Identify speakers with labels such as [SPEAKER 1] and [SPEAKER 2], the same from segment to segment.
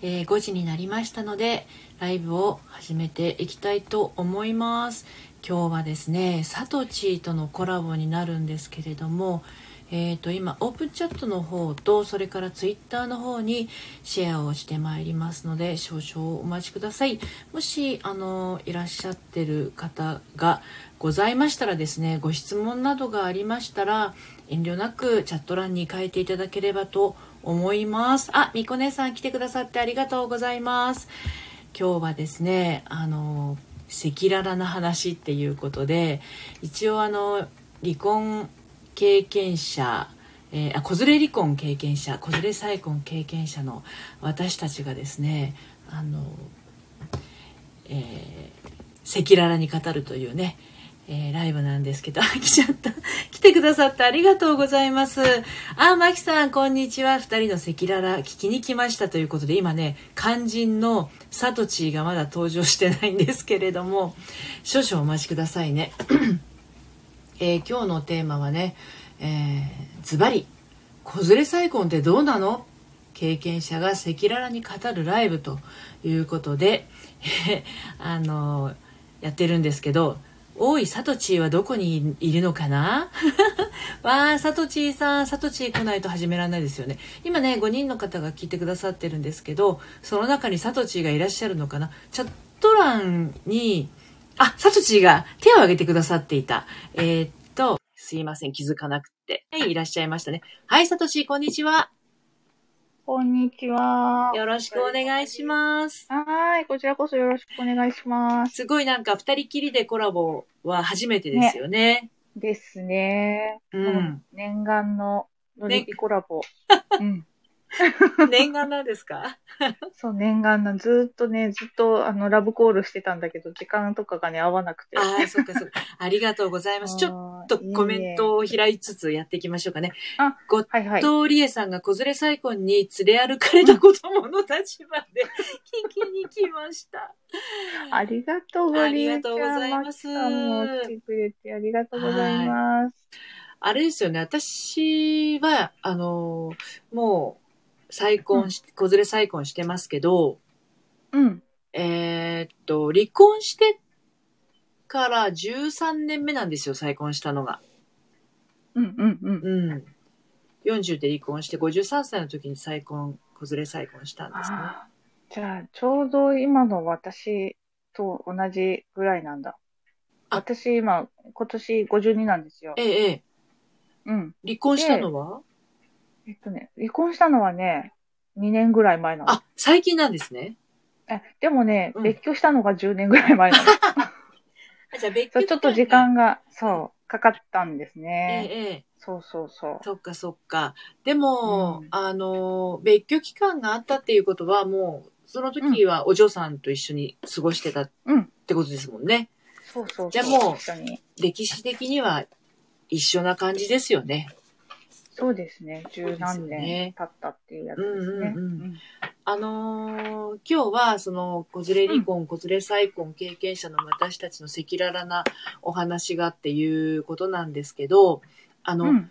[SPEAKER 1] えー5時になりましたのでライブを始めていきたいと思います今日はですねサトチーとのコラボになるんですけれどもえー、と今オープンチャットの方とそれからツイッターの方にシェアをしてまいりますので少々お待ちくださいもしあのいらっしゃってる方がございましたらですねご質問などがありましたら遠慮なくチャット欄に書いていただければと思いますあみこ姉さん来てくださってありがとうございます今日はですねあの赤裸々な話っていうことで一応あの離婚経験者、えーあ子連れ離婚経験者子連れ再婚経験者の私たちがですねあの、えー赤裸々に語るというね、えーライブなんですけど あ来ちゃった来てくださってありがとうございますあマキさんこんにちは2人の赤裸々聞きに来ましたということで今ね肝心のサトチーがまだ登場してないんですけれども少々お待ちくださいね。 えー今日のテーマはね、えーズバリ子連れ再婚ってどうなの経験者が赤裸々に語るライブということで、 えーあのーやってるんですけど、おい、サトチーはどこにいるのかな わー、サトチーさん、サトチー来ないと始められないですよね。今ね、5人の方が聞いてくださってるんですけど、その中にサトチーがいらっしゃるのかなチャット欄に、あ、サトチーが手を挙げてくださっていた。えーっと、すいません、気づかなくて。はい、いらっしゃいましたね。はい、サトチー、こんにちは。
[SPEAKER 2] こんにちは。
[SPEAKER 1] よろしくお願いします。
[SPEAKER 2] はーい、こちらこそよろしくお願いします。
[SPEAKER 1] すごいなんか、二人きりでコラボは初めてですよね。
[SPEAKER 2] ですね。
[SPEAKER 1] うん。
[SPEAKER 2] 念願の乗り気コラボ。うん。
[SPEAKER 1] 念願なんですか
[SPEAKER 2] そう、念願の、ずーっとね、ずっと、あの、ラブコールしてたんだけど、時間とかがね、合わなくて。
[SPEAKER 1] ああ、そっかそっか。ありがとうございます。ちょっ
[SPEAKER 2] ょ
[SPEAKER 1] とコメン。トを開いつつやっていきましょうかね。
[SPEAKER 2] あ
[SPEAKER 1] ご
[SPEAKER 2] はいはい。
[SPEAKER 1] とりえさんが子連れ再婚に連れ歩かれた子供の立場で 聞きに来ました。
[SPEAKER 2] ありがとう、
[SPEAKER 1] ありがとうございます
[SPEAKER 2] ゴリエちゃんマキさんも来てくれてありがとうございます。
[SPEAKER 1] あれですよね、私は、あのーもう、再婚し、子連れ再婚してますけど、
[SPEAKER 2] うん。
[SPEAKER 1] えーっと、離婚してから13年目なんですよ、再婚したのが。
[SPEAKER 2] うんうんうん。
[SPEAKER 1] うん。40で離婚して、53歳の時に再婚、子連れ再婚したんですね。
[SPEAKER 2] あーじゃあ、ちょうど今の私と同じぐらいなんだ。
[SPEAKER 1] あ
[SPEAKER 2] 私今、今年52なんですよ。
[SPEAKER 1] ええ、ええ。
[SPEAKER 2] うん。
[SPEAKER 1] 離婚したのは、
[SPEAKER 2] えっとね、離婚したのはね、2年ぐらい前なの。
[SPEAKER 1] あ、最近なんですね。
[SPEAKER 2] えでもね、
[SPEAKER 1] うん
[SPEAKER 2] 別居したのが10年ぐらい前 なの。
[SPEAKER 1] あじゃあ別
[SPEAKER 2] そう
[SPEAKER 1] 居
[SPEAKER 2] ちょっと時間が、そう、かかったんです
[SPEAKER 1] え
[SPEAKER 2] ね。
[SPEAKER 1] え、ええ。
[SPEAKER 2] そうそうそう。
[SPEAKER 1] そっかそっか。でも、
[SPEAKER 2] うん
[SPEAKER 1] あの、別居期間があったっていうことは、もう、その時はお嬢さんと一緒に過ごしてたっ
[SPEAKER 2] うん。
[SPEAKER 1] てことですもんね。
[SPEAKER 2] そうそうそう。
[SPEAKER 1] じゃあもう
[SPEAKER 2] 一緒に。
[SPEAKER 1] 歴史的には一緒な感じですよね。
[SPEAKER 2] そうです
[SPEAKER 1] よ
[SPEAKER 2] ね。
[SPEAKER 1] ね
[SPEAKER 2] 十何年経ったっていうやつですね。
[SPEAKER 1] うんうんあのー今日は、その、子連れ離婚、子連れ再婚経験者の私たちの赤裸々なお話がっていうことなんですけど、あの、
[SPEAKER 2] うんうん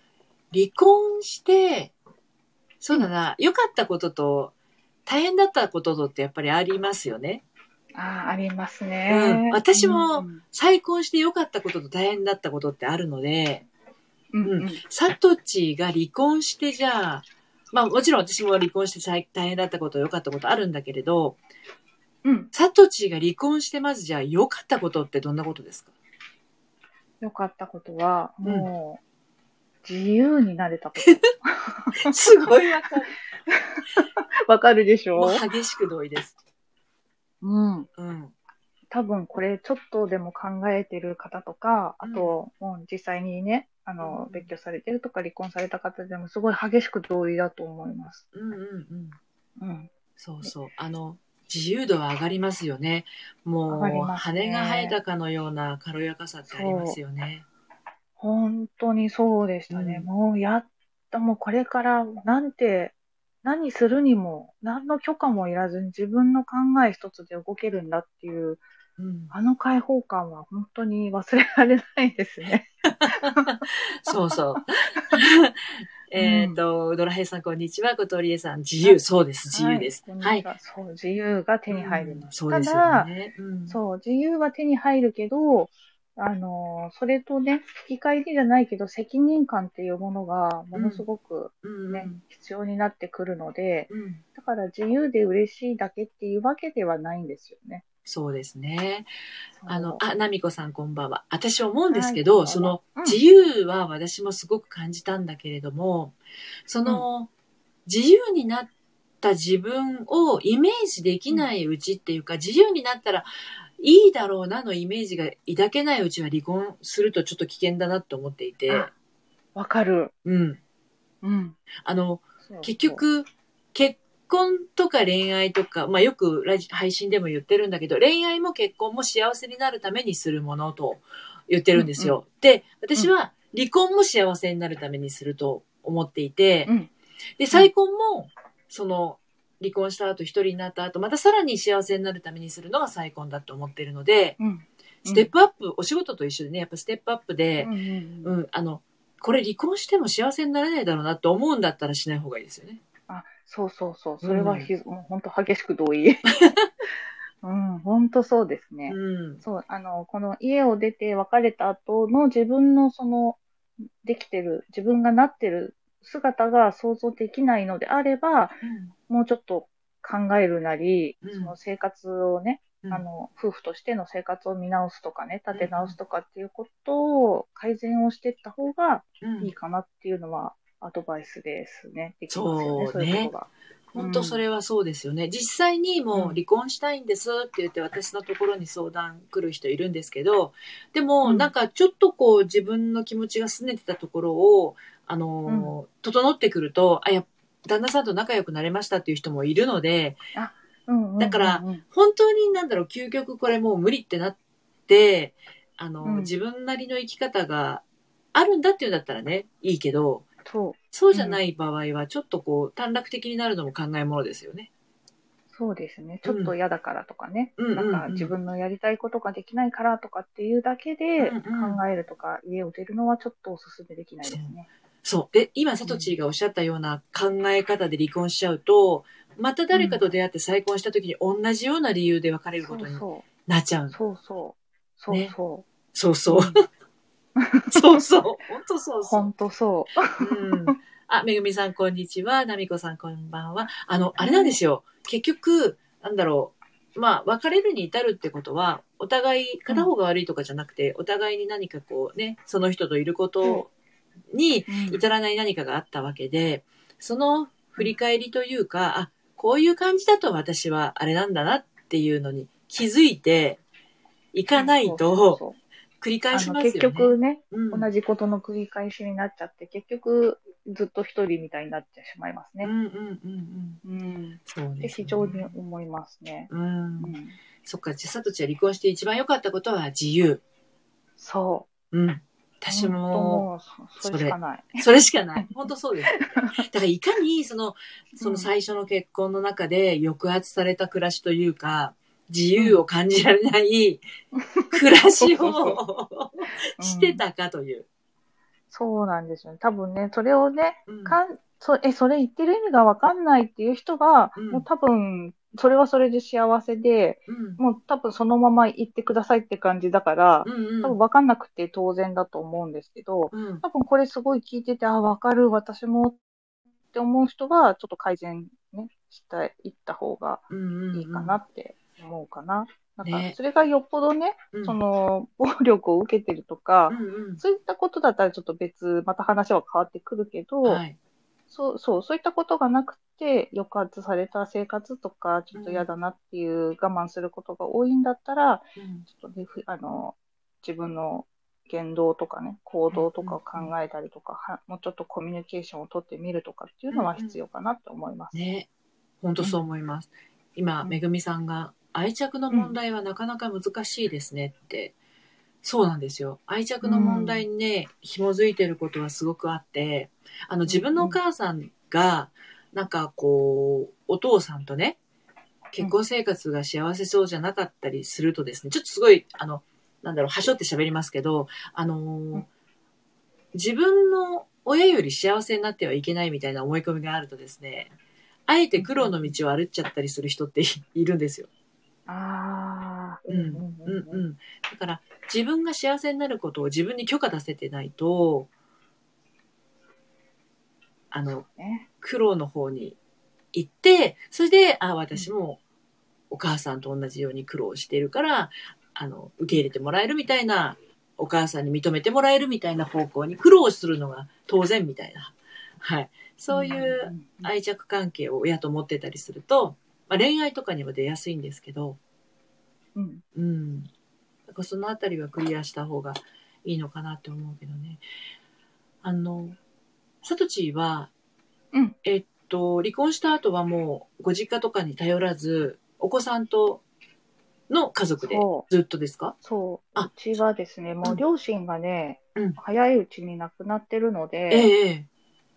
[SPEAKER 1] 離婚して、そうだな、良かったことと、大変だったこととってやっぱりありますよね。
[SPEAKER 2] ああ、あります
[SPEAKER 1] うん
[SPEAKER 2] ね。
[SPEAKER 1] 私も
[SPEAKER 2] うん
[SPEAKER 1] 再婚して良かったことと大変だったことってあるので、
[SPEAKER 2] うんうん
[SPEAKER 1] サトチが離婚してじゃあ、まあもちろん私も離婚して最大変だったこと良かったことあるんだけれど、
[SPEAKER 2] うん、
[SPEAKER 1] サトチが離婚してまずじゃあ良かったことってどんなことですか
[SPEAKER 2] よかったことは、
[SPEAKER 1] うん
[SPEAKER 2] もう、自由になれたこ
[SPEAKER 1] すごいわかる。
[SPEAKER 2] と。 わかるでしょ
[SPEAKER 1] もう激しく同意です。
[SPEAKER 2] うん。
[SPEAKER 1] うん。
[SPEAKER 2] 多分これ、ちょっとでも考えてる方とか、あと、もう実際にね、あの
[SPEAKER 1] う、ん
[SPEAKER 2] 別居されてるとか離婚された方でも、すごい激しく同意だと思います。
[SPEAKER 1] うんうんうん。
[SPEAKER 2] うん。
[SPEAKER 1] そうそう。あの、自由度は上がりますよね。も
[SPEAKER 2] 上がり
[SPEAKER 1] う、
[SPEAKER 2] ますね
[SPEAKER 1] 羽が生えたかのような軽やかさってありますよね。
[SPEAKER 2] 本当にそうでしたね。
[SPEAKER 1] うん
[SPEAKER 2] もう、やった、もうこれから、なんて、何するにも、何の許可もいらずに自分の考え一つで動けるんだっていう
[SPEAKER 1] うん、
[SPEAKER 2] あの開放感は本当に忘れられないですね。
[SPEAKER 1] そうそう。えっ、と、ドラヘイさん、こんにちは。小鳥江さん、自由。そうです、 自由です。
[SPEAKER 2] はい。
[SPEAKER 1] はい。
[SPEAKER 2] そう、自由が手に入ります。
[SPEAKER 1] うんそうです
[SPEAKER 2] た
[SPEAKER 1] よ
[SPEAKER 2] だ、
[SPEAKER 1] ね。うん
[SPEAKER 2] そう、自由は手に入るけど、あの、それとね、引き換えでじゃないけど、責任感っていうものが、ものすごく
[SPEAKER 1] うん。
[SPEAKER 2] ね、必要になってくるので、
[SPEAKER 1] うん。
[SPEAKER 2] だから自由で嬉しいだけっていうわけではないんですよね。
[SPEAKER 1] そうですね。
[SPEAKER 2] そう
[SPEAKER 1] あの、あ、なみこさんこんばんは。私思うんですけど、
[SPEAKER 2] はい
[SPEAKER 1] その、
[SPEAKER 2] うん
[SPEAKER 1] 自由は私もすごく感じたんだけれども、その、自由になった自分をイメージできないうちっていうか、自由になったらいいだろうなのイメージが抱けないうちは離婚するとちょっと危険だなと思っていて、
[SPEAKER 2] あわかる。
[SPEAKER 1] うん。
[SPEAKER 2] うん。
[SPEAKER 1] あの、
[SPEAKER 2] そう
[SPEAKER 1] 結、局、結婚とか恋愛とか、まあよくラジ配信でも言ってるんだけど、恋愛も結婚も幸せになるためにするものと言ってるんですよ。で、私は離婚も幸せになるためにすると思っていて
[SPEAKER 2] う、ん。
[SPEAKER 1] で、再婚も、その、離婚した後一人になった後、またさらに幸せになるためにするのが再婚だと思ってるので、
[SPEAKER 2] うん。
[SPEAKER 1] ステップアップ、お仕事と一緒でね、やっぱステップアップで
[SPEAKER 2] う、ん
[SPEAKER 1] うん、あの、これ離婚しても幸せになれないだろうなと思うんだったらしない方がいいですよね。
[SPEAKER 2] あ、そうそうそう。それはひ、もう本当激しく同 意。うん、本当そうですね。
[SPEAKER 1] うん。
[SPEAKER 2] そう、あの、この家を出て別れた後の自分のその、できてる、自分がなってる姿が想像できないのであれば、もうちょっと考えるなり、
[SPEAKER 1] うん
[SPEAKER 2] その生活をね、
[SPEAKER 1] うん
[SPEAKER 2] あの、夫婦としての生活を見直すとかね、立て直すとかっていうことを改善をしていった方が
[SPEAKER 1] うん
[SPEAKER 2] いいかなっていうのはアドバイスですね。できますよね、
[SPEAKER 1] そ
[SPEAKER 2] そうう
[SPEAKER 1] ね
[SPEAKER 2] いうことが。
[SPEAKER 1] 本当それはそうですよね。実際にもう離婚したいんですって言って私のところに相談来る人いるんですけど、でも
[SPEAKER 2] うん
[SPEAKER 1] なんかちょっとこう自分の気持ちが拗ねてたところを、あのー、整ってくると、あ、やっ旦那さんと仲良くなれましたっていう人もいるので、
[SPEAKER 2] うんうんうんうん
[SPEAKER 1] だから、本当になんだろう、究極これもう無理ってなって、あのー、
[SPEAKER 2] うん
[SPEAKER 1] 自分なりの生き方があるんだっていうんだったらね、いいけど、
[SPEAKER 2] そう、
[SPEAKER 1] そうじゃない場合は、ちょっとこう、短絡的になるのも考えものですよね。
[SPEAKER 2] そうですね。ちょっと嫌だからとかね、
[SPEAKER 1] うん
[SPEAKER 2] なん
[SPEAKER 1] うんうん
[SPEAKER 2] か
[SPEAKER 1] うん
[SPEAKER 2] 自分のやりたいことができないからとかっていうだけで
[SPEAKER 1] うん
[SPEAKER 2] 考
[SPEAKER 1] うん
[SPEAKER 2] えるとか、家を出るのはちょっとお勧めできないですね。
[SPEAKER 1] そう。で、今、サトチーがおっしゃったような考え方で離婚しちゃうと、また誰かと出会って再婚した時に同じような理由で別れる
[SPEAKER 2] そ
[SPEAKER 1] こ
[SPEAKER 2] う
[SPEAKER 1] とに
[SPEAKER 2] そ
[SPEAKER 1] なっちゃう
[SPEAKER 2] う、。そうそう、そう
[SPEAKER 1] ね
[SPEAKER 2] そ。
[SPEAKER 1] そうそうう。そうそう。本当そうそ
[SPEAKER 2] 本
[SPEAKER 1] う。
[SPEAKER 2] 当そう。
[SPEAKER 1] うん。あ、めぐみさん、こんにちは。なみこさん、こんばんは。あの、あれなんですよ。結局、なんだろう。まあ、別れるに至るってことは、お互い、片方が悪いとかじゃなくて、お互いに何かこうね、その人といることに、至らない何かがあったわけで、その振り返りというか、あ、こういう感じだと私はあれなんだなっていうのに気づいていかないと
[SPEAKER 2] そうそうそう
[SPEAKER 1] 繰り返し
[SPEAKER 2] あ
[SPEAKER 1] ま
[SPEAKER 2] の
[SPEAKER 1] すよね。
[SPEAKER 2] 結局ね、
[SPEAKER 1] うん、
[SPEAKER 2] 同じことの繰り返しになっちゃって、結局ずっと一人みたいになってしまいます
[SPEAKER 1] うん
[SPEAKER 2] ね。
[SPEAKER 1] うんうんうん。
[SPEAKER 2] うん。
[SPEAKER 1] そう
[SPEAKER 2] で、
[SPEAKER 1] です、
[SPEAKER 2] 非常に。思いますね。
[SPEAKER 1] う。
[SPEAKER 2] うんん。
[SPEAKER 1] そっか、じゃあ、さとちは離婚して一番良かったことは自由。
[SPEAKER 2] そう。
[SPEAKER 1] うん。私も、
[SPEAKER 2] 本当もうそ、それしかない。
[SPEAKER 1] それしかない。本当そうです。だから、いかに、その、その最初の結婚の中で抑圧された暮らしというか、自由を感じられ ない暮らし
[SPEAKER 2] そうそ
[SPEAKER 1] をしてたかという。
[SPEAKER 2] そうなんですよね。多分ね、それをね、
[SPEAKER 1] うん
[SPEAKER 2] かん、そ、え、それ言ってる意味がわかんないっていう人が、
[SPEAKER 1] うん
[SPEAKER 2] もう多分、それはそれで幸せで、
[SPEAKER 1] うん
[SPEAKER 2] もう多分そのまま言ってくださいって感じだから、
[SPEAKER 1] うん
[SPEAKER 2] 多分わかんなくて当然だと思うんですけど、
[SPEAKER 1] うんうん
[SPEAKER 2] 多分これすごい聞いてて、あ、わかる、私もって思う人は、ちょっと改善ね、したい、いった方が
[SPEAKER 1] うんうん
[SPEAKER 2] いいかなって思うかな。なん
[SPEAKER 1] ね
[SPEAKER 2] か、それがよっぽどね、
[SPEAKER 1] うん
[SPEAKER 2] その、暴力を受けてるとか
[SPEAKER 1] う、ん
[SPEAKER 2] そういったことだったらちょっと別、また話は変わってくるけど、
[SPEAKER 1] うんはい
[SPEAKER 2] そう、そう、そういったことがなくて、抑圧された生活とか、ちょっと嫌だなっていう我慢することが多いんだったら、
[SPEAKER 1] うん
[SPEAKER 2] ちょっとね、ふあの、自分の言動とかね、行動とかを考えたりとか、はもうちょっとコミュニケーションを取ってみるとかっていうのは必要かなって思います。
[SPEAKER 1] ね本当そう思います。今、
[SPEAKER 2] うん
[SPEAKER 1] めぐみさんが、愛着の問題はなかなか難しいですねって。そうなんですよ。愛着の問題にね、紐づいてることはすごくあって、あの、自分のお母さんが、なんかこう、お父さんとね、結婚生活が幸せそうじゃなかったりするとですね、ちょっとすごい、あの、なんだろう、はしょって喋りますけど、あのー
[SPEAKER 2] うん
[SPEAKER 1] 自分の親より幸せになってはいけないみたいな思い込みがあるとですね、あえて苦労の道を歩っちゃったりする人っていいるんですよ。
[SPEAKER 2] ああ、
[SPEAKER 1] うんうんうん。だから、自分が幸せになることを自分に許可出せてないと、あの、
[SPEAKER 2] ね。
[SPEAKER 1] 苦労の方に行って、それで、あ、私もお母さんと同じように苦労しているから、あの、受け入れてもらえるみたいな、お母さんに認めてもらえるみたいな方向に苦労するのが当然みたいな。はい。そういう愛着関係を親と持ってたりすると、まあ、恋愛とかにも出やすいんですけど、
[SPEAKER 2] うん。うん
[SPEAKER 1] うん。なんかそのあたりはクリアした方がいいのかなって思うけどね。あの、サトチーは、
[SPEAKER 2] うん
[SPEAKER 1] えっと、離婚した後はもう、ご実家とかに頼らず、お子さんとの家族で
[SPEAKER 2] そ
[SPEAKER 1] ずっとですか
[SPEAKER 2] そう。
[SPEAKER 1] あ
[SPEAKER 2] うちはですね、もう両親がね、
[SPEAKER 1] うん
[SPEAKER 2] 早いうちに亡くなってるので、
[SPEAKER 1] ええええ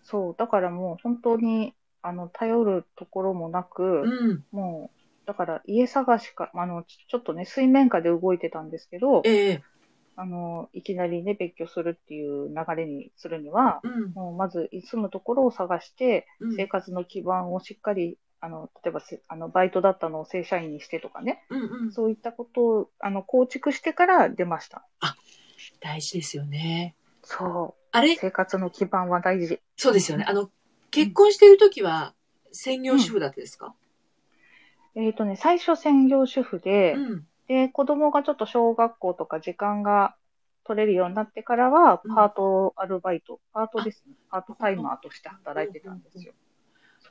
[SPEAKER 2] そう、だからもう本当に、あの、頼るところもなく、
[SPEAKER 1] うん。
[SPEAKER 2] もう、だから家探しか、あの、ちちょっとね、水面下で動いてたんですけど、
[SPEAKER 1] ええ
[SPEAKER 2] あの、いきなりね、別居するっていう流れにするには、
[SPEAKER 1] うん。
[SPEAKER 2] もうまず住むところを探して、
[SPEAKER 1] うん
[SPEAKER 2] 生活の基盤をしっかり、あの、例えばせあの、バイトだったのを正社員にしてとかね、
[SPEAKER 1] うんうん。
[SPEAKER 2] そういったことを、あの、構築してから出ました。
[SPEAKER 1] 大事ですよね。
[SPEAKER 2] そ
[SPEAKER 1] あ
[SPEAKER 2] う。
[SPEAKER 1] れ
[SPEAKER 2] 生活の基盤は大事。
[SPEAKER 1] そうですよね。あの、結婚してる時は、専業主婦だったですか、
[SPEAKER 2] えっ、とね、最初専業主婦で、
[SPEAKER 1] うん、
[SPEAKER 2] で、子供がちょっと小学校とか時間が取れるようになってからは、
[SPEAKER 1] うん
[SPEAKER 2] パートアルバイト、パートですね。パートタイマーとして働いてたんですよ。
[SPEAKER 1] うんうんうん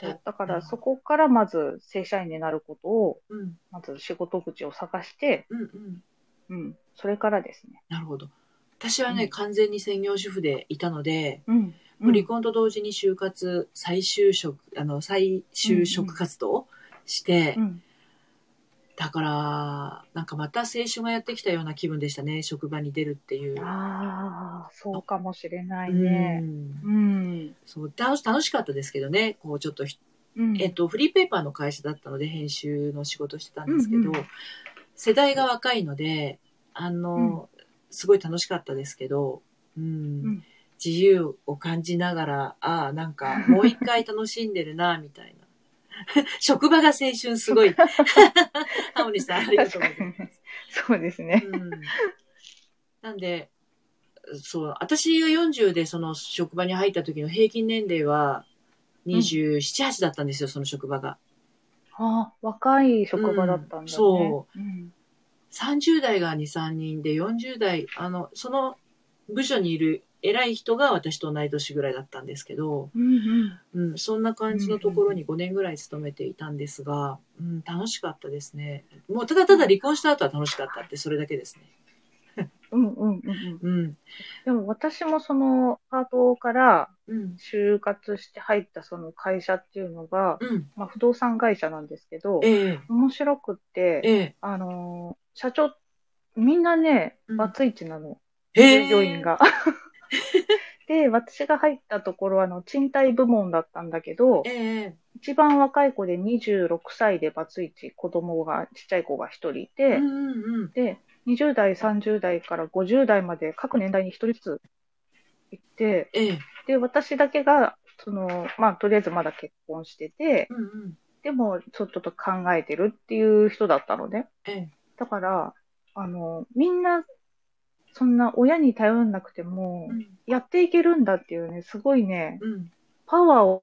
[SPEAKER 2] そうだからそこからまず正社員になることを、
[SPEAKER 1] うん。
[SPEAKER 2] まず仕事口を探して、
[SPEAKER 1] うんうん。
[SPEAKER 2] うん、それからですね。
[SPEAKER 1] なるほど。私はね、
[SPEAKER 2] うん
[SPEAKER 1] 完全に専業主婦でいたので、
[SPEAKER 2] うん。
[SPEAKER 1] もう離婚と同時に就活、再就職、あの、再就職活動をして、
[SPEAKER 2] うん。
[SPEAKER 1] だから、なんかまた青春がやってきたような気分でしたね、職場に出るっていう。
[SPEAKER 2] ああ、そうかもしれないね
[SPEAKER 1] う。
[SPEAKER 2] うんん。
[SPEAKER 1] そう楽し楽しかったですけどね、こうちょっとひ、
[SPEAKER 2] うん。
[SPEAKER 1] えっと、フリーペーパーの会社だったので編集の仕事してたんですけど、
[SPEAKER 2] うんうん
[SPEAKER 1] 世代が若いので、あの、すごい楽しかったですけど、うん
[SPEAKER 2] うん
[SPEAKER 1] 自由を感じながら、ああ、なんかもう一回楽しんでる な、みたいな。 職場が青春すごい。 ハモリさん、ありがとうござい
[SPEAKER 2] 確か
[SPEAKER 1] ま
[SPEAKER 2] に そうです
[SPEAKER 1] す。
[SPEAKER 2] ね。
[SPEAKER 1] うん、なんで、そう、私が40でその職場に入った時の平均年齢は27、8だったんですよ、その職場が。
[SPEAKER 2] ああ、若い職場だったんだね。
[SPEAKER 1] うんそ
[SPEAKER 2] うん。
[SPEAKER 1] 30代が2、3人で、40代、あの、その部署にいる偉い人が私と同い年ぐらいだったんですけど、
[SPEAKER 2] うんうん。
[SPEAKER 1] うん、そんな感じのところに5年ぐらい勤めていたんですが、うん、楽しかったですね。もうただただ離婚した後は楽しかったって、それだけですね。
[SPEAKER 2] うんうんうんうん。
[SPEAKER 1] うん。
[SPEAKER 2] でも私もそのパートから
[SPEAKER 1] うん。
[SPEAKER 2] 就活して入ったその会社っていうのが、
[SPEAKER 1] うん。
[SPEAKER 2] まあ、不動産会社なんですけど、
[SPEAKER 1] ええ
[SPEAKER 2] 面白くって、
[SPEAKER 1] ええ
[SPEAKER 2] あのー社長、みんなね
[SPEAKER 1] うん、
[SPEAKER 2] バツイチなの、
[SPEAKER 1] へえ
[SPEAKER 2] 従業 員。が。で、私が入ったところは、あの、賃貸部門だったんだけど、
[SPEAKER 1] ええ
[SPEAKER 2] 一番若い子で26歳でバツイチ、子供が、ちっちゃい子が一人いて、
[SPEAKER 1] うんうんうん。
[SPEAKER 2] で、20代、30代から50代まで各年代に一人ずつ行って、
[SPEAKER 1] ええ
[SPEAKER 2] で、私だけが、その、まあ、とりあえずまだ結婚してて、
[SPEAKER 1] うんうん。
[SPEAKER 2] でも、ちょっとと考えてるっていう人だったのね。
[SPEAKER 1] ええ
[SPEAKER 2] だから、あの、みんな、そんな親に頼んなくても
[SPEAKER 1] う、ん
[SPEAKER 2] やっていけるんだっていうね、すごいね、
[SPEAKER 1] うん。
[SPEAKER 2] パワーを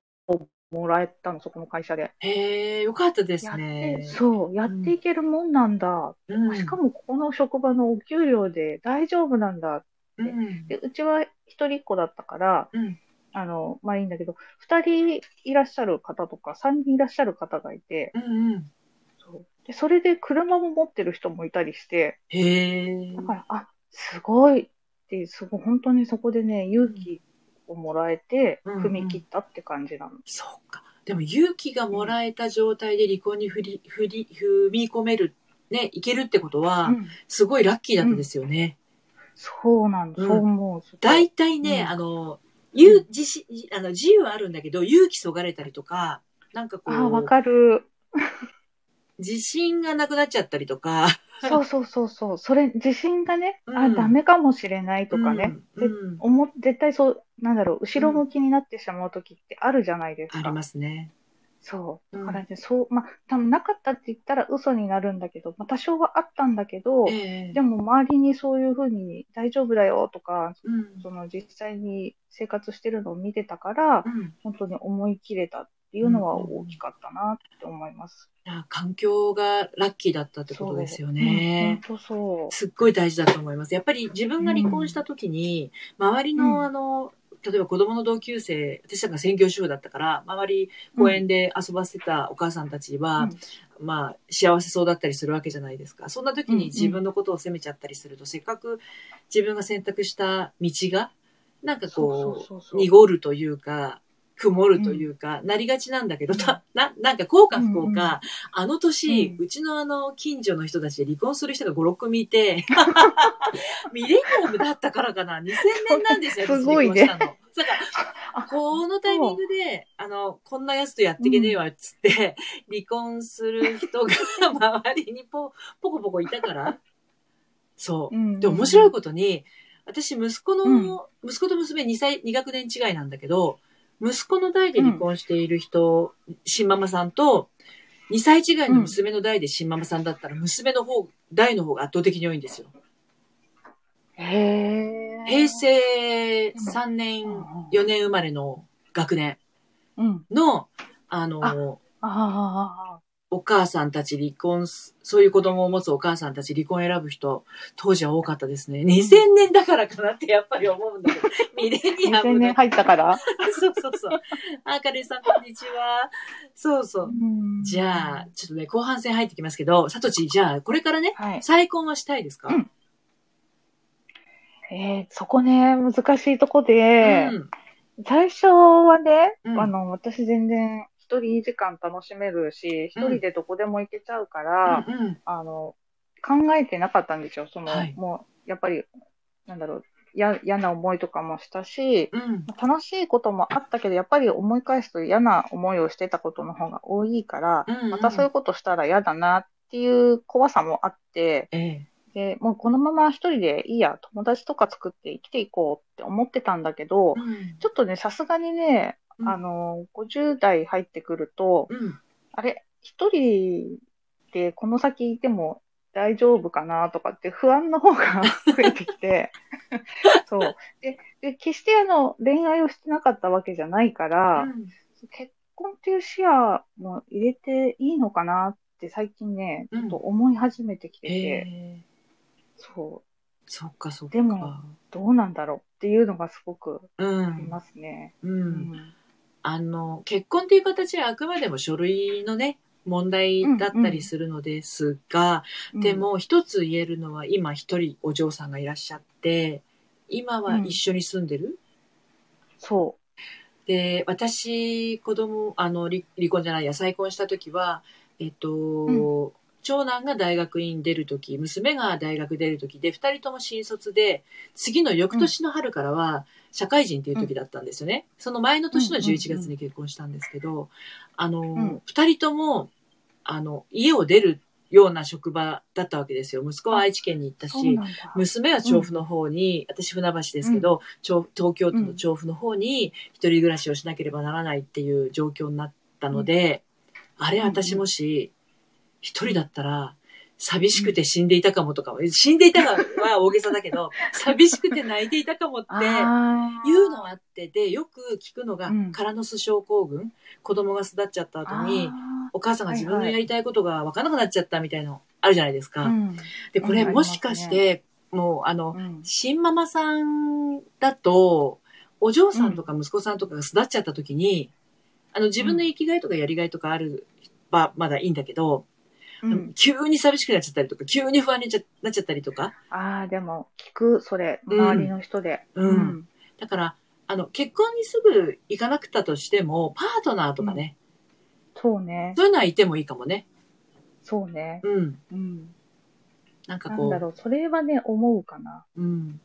[SPEAKER 2] もらえたの、そこの会社で。
[SPEAKER 1] へえよかったです
[SPEAKER 2] やって、
[SPEAKER 1] ね。
[SPEAKER 2] そう、やっていけるもんなんだ。
[SPEAKER 1] うん
[SPEAKER 2] しかも、ここの職場のお給料で大丈夫なんだ
[SPEAKER 1] うん
[SPEAKER 2] で、。うちは一人っ子だったから、
[SPEAKER 1] うん
[SPEAKER 2] あの、まあいいんだけど、二人いらっしゃる方とか、三人いらっしゃる方がいて、
[SPEAKER 1] うんうん。
[SPEAKER 2] そうでそれで車も持ってる人もいたりして、
[SPEAKER 1] へえ
[SPEAKER 2] だから、あ、すごいって、すごい、本当にそこでね、勇気をもらえて、
[SPEAKER 1] うん
[SPEAKER 2] 踏み切ったって感じなの。
[SPEAKER 1] そうか。でも勇気がもらえた状態で離婚に振り、振り、踏み込める、ね、いけるってことは、
[SPEAKER 2] うん
[SPEAKER 1] すごいラッキーだったですよね。
[SPEAKER 2] そうなんだ、
[SPEAKER 1] うん
[SPEAKER 2] そう思う。すごい
[SPEAKER 1] 大体ね、
[SPEAKER 2] うん
[SPEAKER 1] あの、ゆう、自信、あの、 自由はあるんだけど、勇気そがれたりとか、なんかこ
[SPEAKER 2] あ、わ
[SPEAKER 1] う、
[SPEAKER 2] かる。
[SPEAKER 1] 自信がなくなっちゃったりとか。
[SPEAKER 2] そうそうそうそう。それ、自信がね、
[SPEAKER 1] う
[SPEAKER 2] あ、
[SPEAKER 1] ん
[SPEAKER 2] ダメかもしれないとかね。
[SPEAKER 1] うん
[SPEAKER 2] で
[SPEAKER 1] うん
[SPEAKER 2] 思っ絶対そう、なんだろう、後ろ向きになってしまう時ってあるじゃないです
[SPEAKER 1] あ
[SPEAKER 2] か。
[SPEAKER 1] りますね。
[SPEAKER 2] そう。
[SPEAKER 1] うん
[SPEAKER 2] だからね、そう、まあ、多分なかったって言ったら嘘になるんだけど、まあ、多少はあったんだけど、
[SPEAKER 1] ええ
[SPEAKER 2] でも周りにそういうふうに大丈夫だよとか、
[SPEAKER 1] うん
[SPEAKER 2] その実際に生活してるのを見てたから、
[SPEAKER 1] うん
[SPEAKER 2] 本当に思い切れたっていうのは
[SPEAKER 1] うんうんうん
[SPEAKER 2] 大きかったなって思います。
[SPEAKER 1] いや環境がラッキーだったってことですよね。
[SPEAKER 2] そううん本当そ
[SPEAKER 1] すっごい大事だと思います。やっぱり自分が離婚した時に、周り
[SPEAKER 2] うん
[SPEAKER 1] のあの、例えば子供の同級生、私なんか専業主婦だったから、周り
[SPEAKER 2] う。
[SPEAKER 1] 公園で遊ばせてたお母さんたちは、まあ幸せそうだったりするわけじゃないですか。そんな時
[SPEAKER 2] うんうん
[SPEAKER 1] に自分のことを責めちゃったりすると、せっかく自分が選択した道が、なんかこ
[SPEAKER 2] そうそうそうそう
[SPEAKER 1] う、濁るというか、曇るというか、なりがちなんだけど、な、ななんかこうか不
[SPEAKER 2] うん
[SPEAKER 1] 幸
[SPEAKER 2] うん
[SPEAKER 1] か、あの年、
[SPEAKER 2] う
[SPEAKER 1] うちのあの近所の人たちで離婚する人が5、6組い て、ミレニアムだったからかな、2000年なんですよ、
[SPEAKER 2] すごいね
[SPEAKER 1] 私離婚したの。だから
[SPEAKER 2] あ、
[SPEAKER 1] このタイミングで、あの、こんなやつとやっていけねえわ、っつって、離婚する人が 周りにポポコポコいたから。そうう。
[SPEAKER 2] ん
[SPEAKER 1] で、面白いことに、私、息子の、息子と娘2歳、2学年違いなんだけど、息子の代で離婚している人、新ママさんと、2歳違いの娘の代で新ママさんだったら、娘の方、代の方が圧倒的に多いんですよ。
[SPEAKER 2] へー
[SPEAKER 1] 平成3年、4年生まれの学年。
[SPEAKER 2] うん。
[SPEAKER 1] の、あの、
[SPEAKER 2] ああ。
[SPEAKER 1] お母さんたち離婚す、そういう子供を持つお母さんたち離婚選ぶ人、当時は多かったですね。2000年だからかなってやっぱり思うんだ けど、ミレニア
[SPEAKER 2] 2000
[SPEAKER 1] ム
[SPEAKER 2] 年
[SPEAKER 1] の。
[SPEAKER 2] 入ったから。
[SPEAKER 1] そうそうそう。あかりさん、こんにちは。そうそう。じゃあ、ちょっとね、後半戦入ってきますけど、さとち、じゃあ、これからね、
[SPEAKER 2] あ。はい。
[SPEAKER 1] 再婚はしたいですか、
[SPEAKER 2] うんえーそこね、難しいとこで、
[SPEAKER 1] うん
[SPEAKER 2] 最初はね、
[SPEAKER 1] うん
[SPEAKER 2] あの、私全然一人時間楽しめるし、一人でどこでも行けちゃうか
[SPEAKER 1] う
[SPEAKER 2] ら、
[SPEAKER 1] んうん
[SPEAKER 2] あの、考えてなかったんですよ。その、
[SPEAKER 1] はい
[SPEAKER 2] もう、やっぱり、なんだろう、や、嫌な思いとかもしたし、
[SPEAKER 1] うん
[SPEAKER 2] 楽しいこともあったけど、やっぱり思い返すと嫌な思いをしてたことの方が多いから、
[SPEAKER 1] うん。
[SPEAKER 2] またそういう
[SPEAKER 1] う、
[SPEAKER 2] ことしたら嫌だなっていう怖さもあって、
[SPEAKER 1] ええ。
[SPEAKER 2] で、もうこのまま一人でいいや、友達とか作って生きていこうって思ってたんだけど、
[SPEAKER 1] うん
[SPEAKER 2] ちょっとね、さすがにね、
[SPEAKER 1] うん
[SPEAKER 2] あの、50代入ってくると、
[SPEAKER 1] うん。
[SPEAKER 2] あれ、一人でこの先いても大丈夫かなとかって不安の方が 増えてきて、そう。で、で決してあの、恋愛をしてなかったわけじゃないから、
[SPEAKER 1] うん
[SPEAKER 2] 結婚っていう視野も入れていいのかなって最近ね、
[SPEAKER 1] うん
[SPEAKER 2] ちょっと思い始めてきて
[SPEAKER 1] え
[SPEAKER 2] て、
[SPEAKER 1] え。
[SPEAKER 2] そう、
[SPEAKER 1] そっかそっか。
[SPEAKER 2] でもどうなんだろうっていうのがすごく
[SPEAKER 1] う
[SPEAKER 2] あり
[SPEAKER 1] ん。
[SPEAKER 2] ますね。
[SPEAKER 1] う。
[SPEAKER 2] うん
[SPEAKER 1] あの、結婚っていう形はあくまでも書類のね、問題だったりするのですが、
[SPEAKER 2] うん
[SPEAKER 1] で、も一つ言えるのは今一人お嬢さんがいらっしゃって、今は一緒に住んでる、
[SPEAKER 2] そ
[SPEAKER 1] で、私、子供、あの、離離婚じゃないや、再婚した時は、えっと、
[SPEAKER 2] う
[SPEAKER 1] 長男が大学院出る時、娘が大学出る時で、二人とも新卒で、次の翌年の春からは、社会人っていう時だったんですよね。その前の年の
[SPEAKER 2] うんうんうん
[SPEAKER 1] 11月に結婚したんですけど、あ
[SPEAKER 2] ん
[SPEAKER 1] の、二、人とも、あの、家を出るような職場だったわけですよ。息子は愛知県に行った
[SPEAKER 2] う。
[SPEAKER 1] し、
[SPEAKER 2] そうなんだ。
[SPEAKER 1] 娘は調布の方に、私船橋ですけど、調東京都の調布の方に一人暮らしをしなければならないっていう状況になったので、あれ
[SPEAKER 2] うんうん
[SPEAKER 1] 私もし一人だったら寂しくて死んでいたかもとか、死んでいたかは大げさだけ ど、寂しくて泣いていたかもって、
[SPEAKER 2] あー
[SPEAKER 1] いうのはあって、で、よく聞くのが
[SPEAKER 2] うん、
[SPEAKER 1] カラノス症候群、子供が巣立っちゃった後に、
[SPEAKER 2] あ
[SPEAKER 1] お母さんが自分
[SPEAKER 2] は
[SPEAKER 1] の
[SPEAKER 2] いはい
[SPEAKER 1] やりたいことが分からなくなっちゃったみたいなのあるじゃないです
[SPEAKER 2] ー
[SPEAKER 1] か。
[SPEAKER 2] うん
[SPEAKER 1] で、これ
[SPEAKER 2] うん
[SPEAKER 1] もしかして、もうあの、
[SPEAKER 2] うん
[SPEAKER 1] 新ママさんだと、お嬢さんとか息子さんとかが巣立っちゃった時に、あの自分の生きがいとかやりがいとかあるば、まだいいんだけど、
[SPEAKER 2] うん
[SPEAKER 1] 急に寂しくなっちゃったりとか、急に不安になっちゃったりとか、
[SPEAKER 2] ああ、でも、聞く、それ、
[SPEAKER 1] うん
[SPEAKER 2] 周りの人で。
[SPEAKER 1] うんだから、あの、結婚にすぐ行かなくたとしても、パートナーとかね、
[SPEAKER 2] そうね。
[SPEAKER 1] そういうのはいてもいいかもね。
[SPEAKER 2] そうね。
[SPEAKER 1] うん。
[SPEAKER 2] うん。
[SPEAKER 1] なんか
[SPEAKER 2] な
[SPEAKER 1] こ
[SPEAKER 2] んだ
[SPEAKER 1] う、
[SPEAKER 2] ろう、それはね、思うかな。
[SPEAKER 1] うん。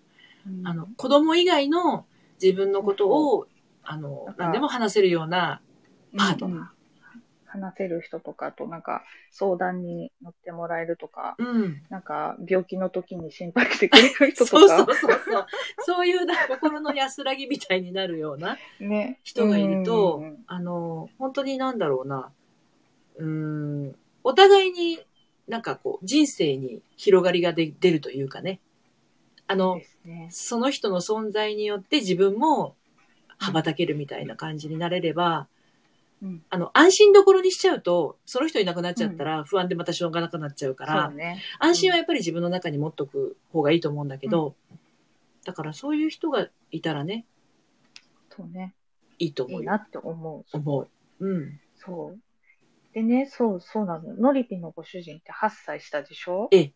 [SPEAKER 2] うん
[SPEAKER 1] あの、子供以外の自分のことを、あの
[SPEAKER 2] なん、か
[SPEAKER 1] 何でも話せるような
[SPEAKER 2] うん
[SPEAKER 1] パートナー。
[SPEAKER 2] うん話せる人とかとなんか相談に乗ってもらえるとか、
[SPEAKER 1] うん。
[SPEAKER 2] なんか病気の時に心配してくれる
[SPEAKER 1] そ
[SPEAKER 2] 人
[SPEAKER 1] う
[SPEAKER 2] とか、
[SPEAKER 1] そうそうそう。そういうなんか心の安らぎみたいになるような
[SPEAKER 2] ね、
[SPEAKER 1] 人がいると、
[SPEAKER 2] うんうんうん
[SPEAKER 1] あの、本当になんだろうな、うーん、お互いになんかこう人生に広がりがで出るというかね。あの、
[SPEAKER 2] ですね。
[SPEAKER 1] その人の存在によって自分も羽ばたけるみたいな感じになれれば、
[SPEAKER 2] うん
[SPEAKER 1] あの、安心どころにしちゃうと、その人いなくなっちゃったら不安でまたしょうがなくなっちゃうから、
[SPEAKER 2] そうね。
[SPEAKER 1] 安心はやっぱり自分の中に持っとく方がいいと思うんだけど、だからそういう人がいたらね、
[SPEAKER 2] そうね。
[SPEAKER 1] いいと
[SPEAKER 2] い
[SPEAKER 1] 思
[SPEAKER 2] いうな
[SPEAKER 1] よ。
[SPEAKER 2] って思う。
[SPEAKER 1] 思う。うん。
[SPEAKER 2] そう。でね、そう、そうなの。ノリピのご主人って8歳下でしょ
[SPEAKER 1] ええ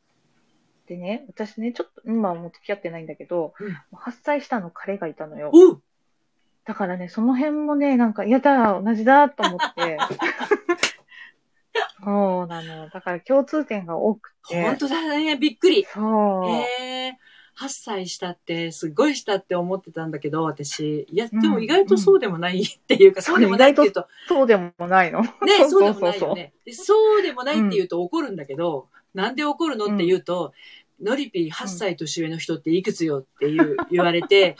[SPEAKER 2] でね、私ね、ちょっと、今はもう付き合ってないんだけど、
[SPEAKER 1] うん
[SPEAKER 2] 8歳下の彼がいたのよ。
[SPEAKER 1] おう
[SPEAKER 2] だからね、その辺もね、なんか、やだ、同じだ、と 思って。そうなの。だから共通点が多くて。
[SPEAKER 1] 本当だね。びっくり。
[SPEAKER 2] そう。
[SPEAKER 1] ええ8歳下って、すごい下って思ってたんだけど、私。いや、で
[SPEAKER 2] うん
[SPEAKER 1] も意外とそうでもないっていうか、そうでもないっていうと、
[SPEAKER 2] そうでもないの。
[SPEAKER 1] ね、
[SPEAKER 2] そ
[SPEAKER 1] そうう
[SPEAKER 2] そ
[SPEAKER 1] でも
[SPEAKER 2] うそう
[SPEAKER 1] ないよね。でそうでもないって言うと怒るんだけど、なんで怒るのって言うと、のりぴー8歳年上の人っていくつよっていう言われ て、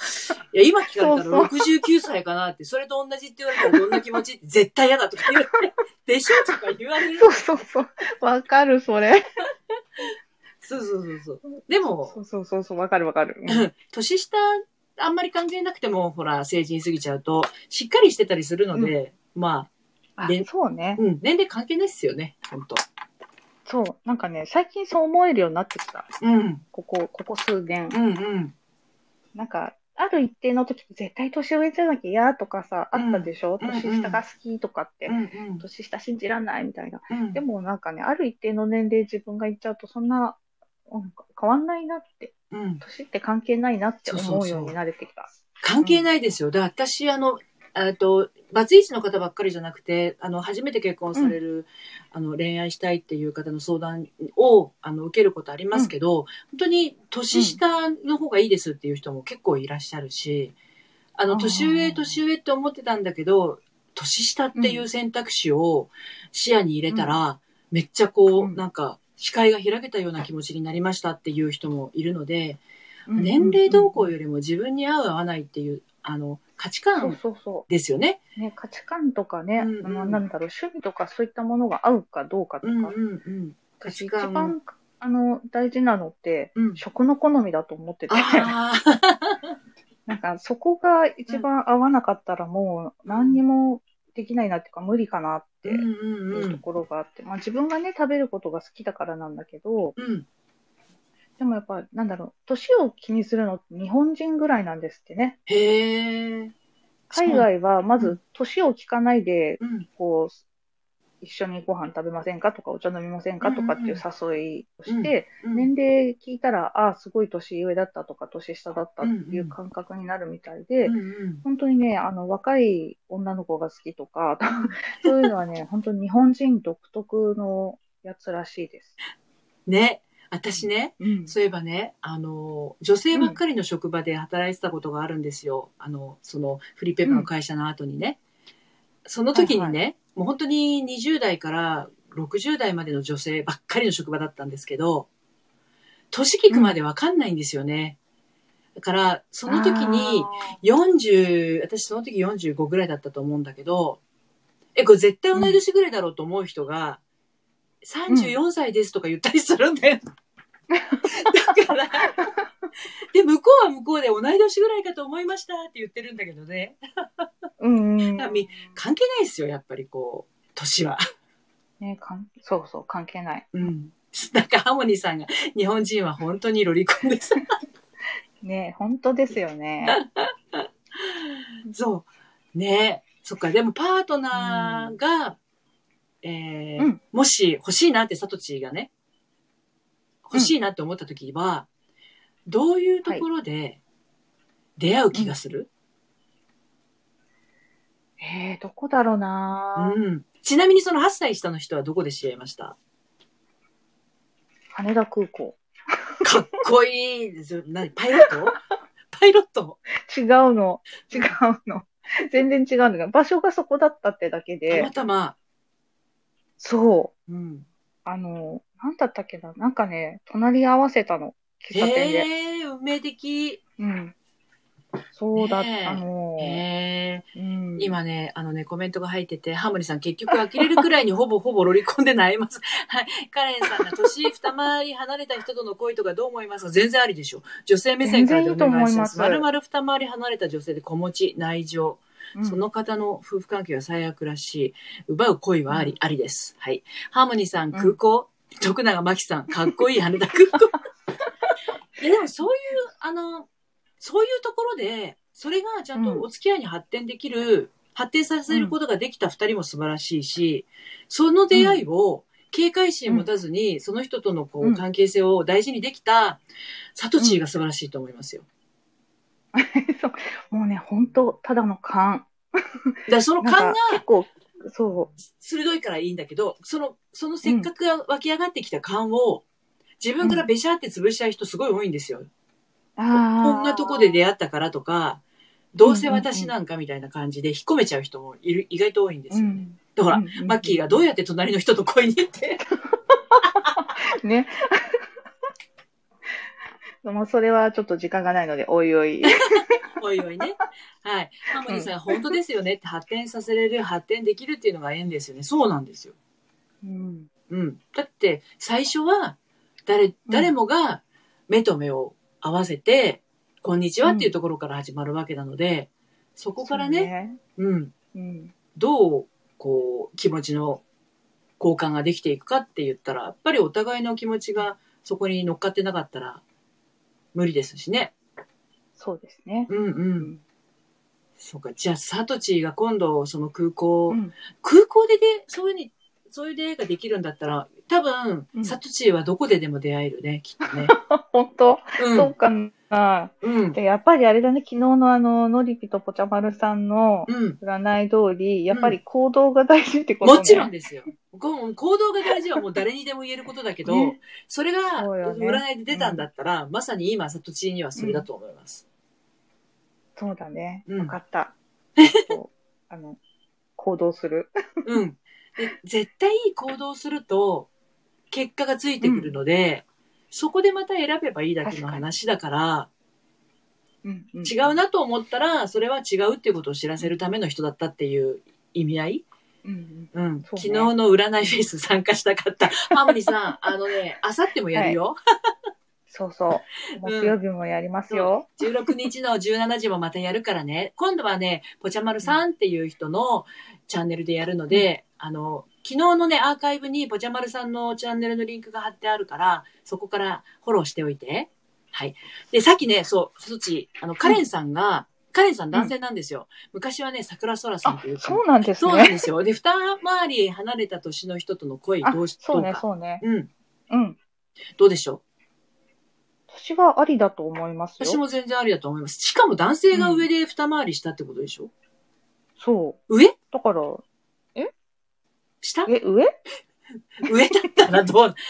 [SPEAKER 1] いや、今聞かれた
[SPEAKER 2] そ
[SPEAKER 1] ら
[SPEAKER 2] う
[SPEAKER 1] 69歳かなって、それと同じって言われたらどんな気持ちって絶対嫌だとか言って、でしょとか言われる
[SPEAKER 2] そ。うそうそう。わかる、それ。
[SPEAKER 1] そうそうそうそう。でも
[SPEAKER 2] そ、うそうそうそう、わかるわかる。
[SPEAKER 1] うん 年下あんまり関係なくても、ほら、成人過ぎちゃうと、しっかりしてたりするので、ま
[SPEAKER 2] あ
[SPEAKER 1] で
[SPEAKER 2] そうね
[SPEAKER 1] あ、。うん、年齢関係ないっすよね、本当
[SPEAKER 2] そう。なんかね、最近そう思えるようになってきた。
[SPEAKER 1] うん、
[SPEAKER 2] ここ、ここ数年
[SPEAKER 1] う。ん、うん。
[SPEAKER 2] なんか、ある一定の時って絶対年上じゃなきゃ嫌とかさ、あったでしょ、
[SPEAKER 1] うん
[SPEAKER 2] 年下が好きとかって、
[SPEAKER 1] うん、うん
[SPEAKER 2] 年下信じらんないみたいな。
[SPEAKER 1] うん。
[SPEAKER 2] でもなんかね、ある一定の年齢自分が行っちゃうと、そんな、うん変わんないなって、
[SPEAKER 1] うん、
[SPEAKER 2] 年って関係ないなって
[SPEAKER 1] そう
[SPEAKER 2] 思
[SPEAKER 1] そううそう
[SPEAKER 2] ように慣れてきた。
[SPEAKER 1] 関係ないですよ。だから私、あの、えっと、バツイチの方ばっかりじゃなくて、あの、初めて結婚される、あの、恋愛したいっていう方の相談を、あの、受けることありますけど、本当に年下の方がいいですっていう人も結構いらっしゃるし、あ
[SPEAKER 2] あ
[SPEAKER 1] の、
[SPEAKER 2] ー
[SPEAKER 1] 年上、年上って思ってたんだけど、年下っていう選択肢を視野に入れたら、めっちゃこう、
[SPEAKER 2] うん
[SPEAKER 1] なんか、視界が開けたような気持ちになりましたっていう人もいるので、
[SPEAKER 2] うん
[SPEAKER 1] 年齢動向よりも自分に合う合わないっていうあの価値
[SPEAKER 2] そう
[SPEAKER 1] 観
[SPEAKER 2] そうそ
[SPEAKER 1] ですよね。
[SPEAKER 2] う。ね、価値観とかね、
[SPEAKER 1] うんうん
[SPEAKER 2] まあなんだろう、趣味とかそういったものが合うかどうかとか。
[SPEAKER 1] うんうんうん。価
[SPEAKER 2] 私
[SPEAKER 1] 値
[SPEAKER 2] 一
[SPEAKER 1] 観。
[SPEAKER 2] 番、あの、大事なのって、
[SPEAKER 1] うん、
[SPEAKER 2] 食の好みだと思ってて。
[SPEAKER 1] ああ、
[SPEAKER 2] なんかそこが一番合わなかったらもう何にもできないなっていうか無理かなって
[SPEAKER 1] うん
[SPEAKER 2] いう
[SPEAKER 1] うんう
[SPEAKER 2] と
[SPEAKER 1] ん。
[SPEAKER 2] ころがあって、まあ自分がね食べることが好きだからなんだけど、
[SPEAKER 1] うん、
[SPEAKER 2] でもやっぱなんだろう、年を気にするのって日本人ぐらいなんですってね。
[SPEAKER 1] へえ。
[SPEAKER 2] 海外はまず年を聞かないで、
[SPEAKER 1] うん
[SPEAKER 2] こう、一緒にご飯食べませんかとかお茶飲みませんかとかっていう誘いをして、
[SPEAKER 1] うん、
[SPEAKER 2] 年齢聞いたら、ああ、すごい年上だったとか年下だったっていう感覚になるみたいで
[SPEAKER 1] う、んうん
[SPEAKER 2] 本当にね、あの、若い女の子が好きとか、 そういうのは ね、本当に日本人独特のやつらしいです。
[SPEAKER 1] ね、私ね、
[SPEAKER 2] うん
[SPEAKER 1] そういえばね、あの、女性ばっかりの職場で働いてたことがあるんですよ。あの、その、フリーペーパーの会社の後にね。その時にね、
[SPEAKER 2] はい
[SPEAKER 1] もう本当に20代から60代までの女性ばっかりの職場だったんですけど、年聞くまでわかんないんですよね。だから、その時に、40、私その時45ぐらいだったと思うんだけど、え、これ絶対同い年ぐらいだろうと思う人が、34歳ですとか言ったりするんだよ。だから、で、向こうは向こうで同い年ぐらいかと思いましたって言ってるんだけどね。
[SPEAKER 2] あー、うんうん
[SPEAKER 1] だみ関係ないですよ、やっぱりこう、年は。
[SPEAKER 2] ねかん。そうそう、関係ない。
[SPEAKER 1] うん。なんかハモニーさんが、日本人は本当にロリコンです。
[SPEAKER 2] ね本当ですよ ね。
[SPEAKER 1] そう。ねそっか。でも、パートナーが、えー
[SPEAKER 2] うん
[SPEAKER 1] もし欲しいなって、サトチがね、欲しいなって思った時は、どういうところで出会う気がする、
[SPEAKER 2] えー、どこだろう
[SPEAKER 1] う
[SPEAKER 2] な、
[SPEAKER 1] んちなみにその8歳下の人はどこで知り合いました
[SPEAKER 2] 羽田空港。
[SPEAKER 1] かっこいいですよ。何パイロッ トパイロット
[SPEAKER 2] 違うの。違うの。全然違うのが、場所がそこだったってだけ
[SPEAKER 1] た
[SPEAKER 2] で
[SPEAKER 1] ま、たま。
[SPEAKER 2] そう。
[SPEAKER 1] うん、
[SPEAKER 2] あの、なんだったっけな。なんかね、隣り合わせたの。喫茶店で。
[SPEAKER 1] えー、運命的、
[SPEAKER 2] うん。そうだっ
[SPEAKER 1] ねえ
[SPEAKER 2] たの。
[SPEAKER 1] えー
[SPEAKER 2] うん、
[SPEAKER 1] 今ねあのねコメントが入っててハムリさん結局呆れるくらいにほぼほぼロリコンで悩みます はいカレンさんが年二回り離れた人との恋とかどう思いますか全然ありでしょ女性目線からでお願いします
[SPEAKER 2] 全然いいと思います
[SPEAKER 1] 丸々二回り離れた女性で子持ち内情
[SPEAKER 2] うん
[SPEAKER 1] その方の夫婦関係は最悪らしい。奪う恋はあり、ありです。はい。ハーモニーさん、
[SPEAKER 2] ん
[SPEAKER 1] 空港、徳永真紀さん、かっこいい羽田空 港。いや、でもそういう、あの、そういうところで、それがちゃん
[SPEAKER 2] う
[SPEAKER 1] と
[SPEAKER 2] ん
[SPEAKER 1] お付き合いに発展できる、発展させることができた二人も素晴らしいし、その出会いを、警戒心持たずに、その人とのこ
[SPEAKER 2] う
[SPEAKER 1] うん関係性を大事にできた、サトチーが素晴らしいと思いますよ。
[SPEAKER 2] もうね、本当ただの勘。
[SPEAKER 1] だからその
[SPEAKER 2] なん
[SPEAKER 1] 勘が
[SPEAKER 2] か、結構、そ
[SPEAKER 1] 鋭いからいいんだけど、その、そのせっかく湧き上がってきた感を、自分からべしゃって潰しちゃう人すごい多いんですよ。
[SPEAKER 2] う。ああ。
[SPEAKER 1] こんなとこで出会ったからとか、どうせ私なんかみたいな感じで引っ込めちゃう人もいる、意外と多いんですよね。だから、マッキーがどうやって隣の人と恋に行って、
[SPEAKER 2] うん。ね。でもそれはちょっと時間がない ので、おいおい。
[SPEAKER 1] おいおいね。はい。ハモニーさんが本当ですよねって発展させれる、発展できるっていうのが縁ですよね。そうなんですよ。
[SPEAKER 2] うん。
[SPEAKER 1] うん。だって、最初は、誰、誰もが目と目を合わせて、こんにちはっていうところから始まるわけなので、そこからね、うん。
[SPEAKER 2] そうね。うん。
[SPEAKER 1] どう、こう、気持ちの交換ができていくかって言ったら、やっぱりお互いの気持ちがそこに乗っかってなかったら、無理ですしね。
[SPEAKER 2] そうですね。
[SPEAKER 1] うんう。。
[SPEAKER 2] うん
[SPEAKER 1] そうか。じゃあ、サトチーが今度、その空港、
[SPEAKER 2] うん
[SPEAKER 1] 空港でで、そういうに、そういう出会いができるんだったら、多分、
[SPEAKER 2] うん
[SPEAKER 1] サトチーはどこででも出会えるね、きっ とね。
[SPEAKER 2] 本当、
[SPEAKER 1] う。
[SPEAKER 2] そうんかな。
[SPEAKER 1] うん。
[SPEAKER 2] で、やっぱりあれだね、昨日のあの、のりぴとぽちゃまるさんの
[SPEAKER 1] うん。
[SPEAKER 2] 占い通り、やっぱり行動が大事ってことね。
[SPEAKER 1] もちろんですよ。こう行動が大事はもう誰にでも言えることだけど、
[SPEAKER 2] ね
[SPEAKER 1] それが
[SPEAKER 2] そうよね
[SPEAKER 1] 占いで出たんだったら、まさに今、サトチーにはそれだと思います。
[SPEAKER 2] そうだね。
[SPEAKER 1] うん
[SPEAKER 2] わ かった。ちょっとあの、行動する。
[SPEAKER 1] うん。で絶対いい行動をすると、結果がついてくるので、そこでまた選べばいいだけの話だから、
[SPEAKER 2] うん、うん。
[SPEAKER 1] 違うなと思ったら、それは違うっていうことを知らせるための人だったっていう意味合い
[SPEAKER 2] うんう
[SPEAKER 1] う
[SPEAKER 2] ん。
[SPEAKER 1] ん。
[SPEAKER 2] そう
[SPEAKER 1] 昨
[SPEAKER 2] ね
[SPEAKER 1] 日の占いフェス参加したかった。 ハーモニーさん、あのね、あさってもやるよ。
[SPEAKER 2] そうそう。木曜日もやりますよ。
[SPEAKER 1] 16日の17時もまたやるからね。今度はね、ぽちゃまるさんっていう人のチャンネルでやるので、あの、昨日のね、アーカイブにぽちゃまるさんのチャンネルのリンクが貼ってあるから、そこからフォローしておいて。はい。で、さっきね、そう、そっち、あの、カレンさんが、カレンさん男性なんですよ。昔はね、桜空さん
[SPEAKER 2] あ
[SPEAKER 1] という、か
[SPEAKER 2] そうなんです
[SPEAKER 1] そうなん
[SPEAKER 2] ね。
[SPEAKER 1] ですよ。で、二回り離れた年の人との恋、
[SPEAKER 2] あ
[SPEAKER 1] どうし、
[SPEAKER 2] そうね、
[SPEAKER 1] どうか。
[SPEAKER 2] そうね。
[SPEAKER 1] うん。
[SPEAKER 2] うん。
[SPEAKER 1] どうでしょ
[SPEAKER 2] 私はありだと思います
[SPEAKER 1] う
[SPEAKER 2] よ。
[SPEAKER 1] 私も全然ありだと思います。しかも男性が上で二回りしたってことでしょ、
[SPEAKER 2] そ
[SPEAKER 1] 上
[SPEAKER 2] う。だから、
[SPEAKER 1] 下
[SPEAKER 2] え、上
[SPEAKER 1] 上だったらどう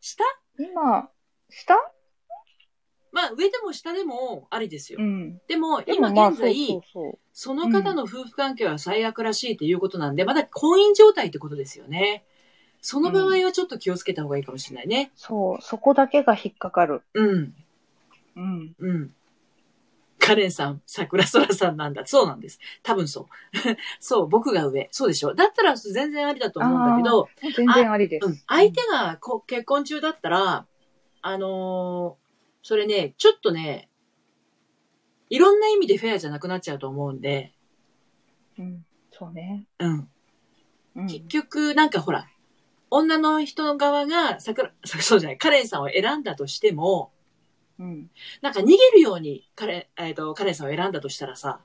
[SPEAKER 1] 下
[SPEAKER 2] 今、下
[SPEAKER 1] まあ上でも下でもありですよ。
[SPEAKER 2] うん。
[SPEAKER 1] でも
[SPEAKER 2] で
[SPEAKER 1] 今
[SPEAKER 2] もまあ
[SPEAKER 1] 現在、
[SPEAKER 2] そうそうそ
[SPEAKER 1] その方の夫婦関係は最悪らしいということなんで、まだ婚姻状態ってことですよね。その場合はちょっと気をつけた方がいいかもしれないね。
[SPEAKER 2] う。そう、そこだけが引っかかる。
[SPEAKER 1] うん。
[SPEAKER 2] うん。
[SPEAKER 1] うん。カレンさん、桜空さんなんだ。そうなんです。多分そう。 そう、僕が上。そうでしょ。だったら全然ありだと思うんだけど、
[SPEAKER 2] 全然ありです。
[SPEAKER 1] うん、相手がこ結婚中だったら、あのーそれね、ちょっとね、いろんな意味でフェアじゃなくなっちゃうと思うんで、
[SPEAKER 2] うん。そうね。
[SPEAKER 1] うん。
[SPEAKER 2] うん。
[SPEAKER 1] 結局、なんかほら、女の人の側が、桜、 そうじゃない、カレンさんを選んだとしても、
[SPEAKER 2] うん。
[SPEAKER 1] なんか逃げるようにカレン、えっ、と、カレンさんを選んだとしたらさ、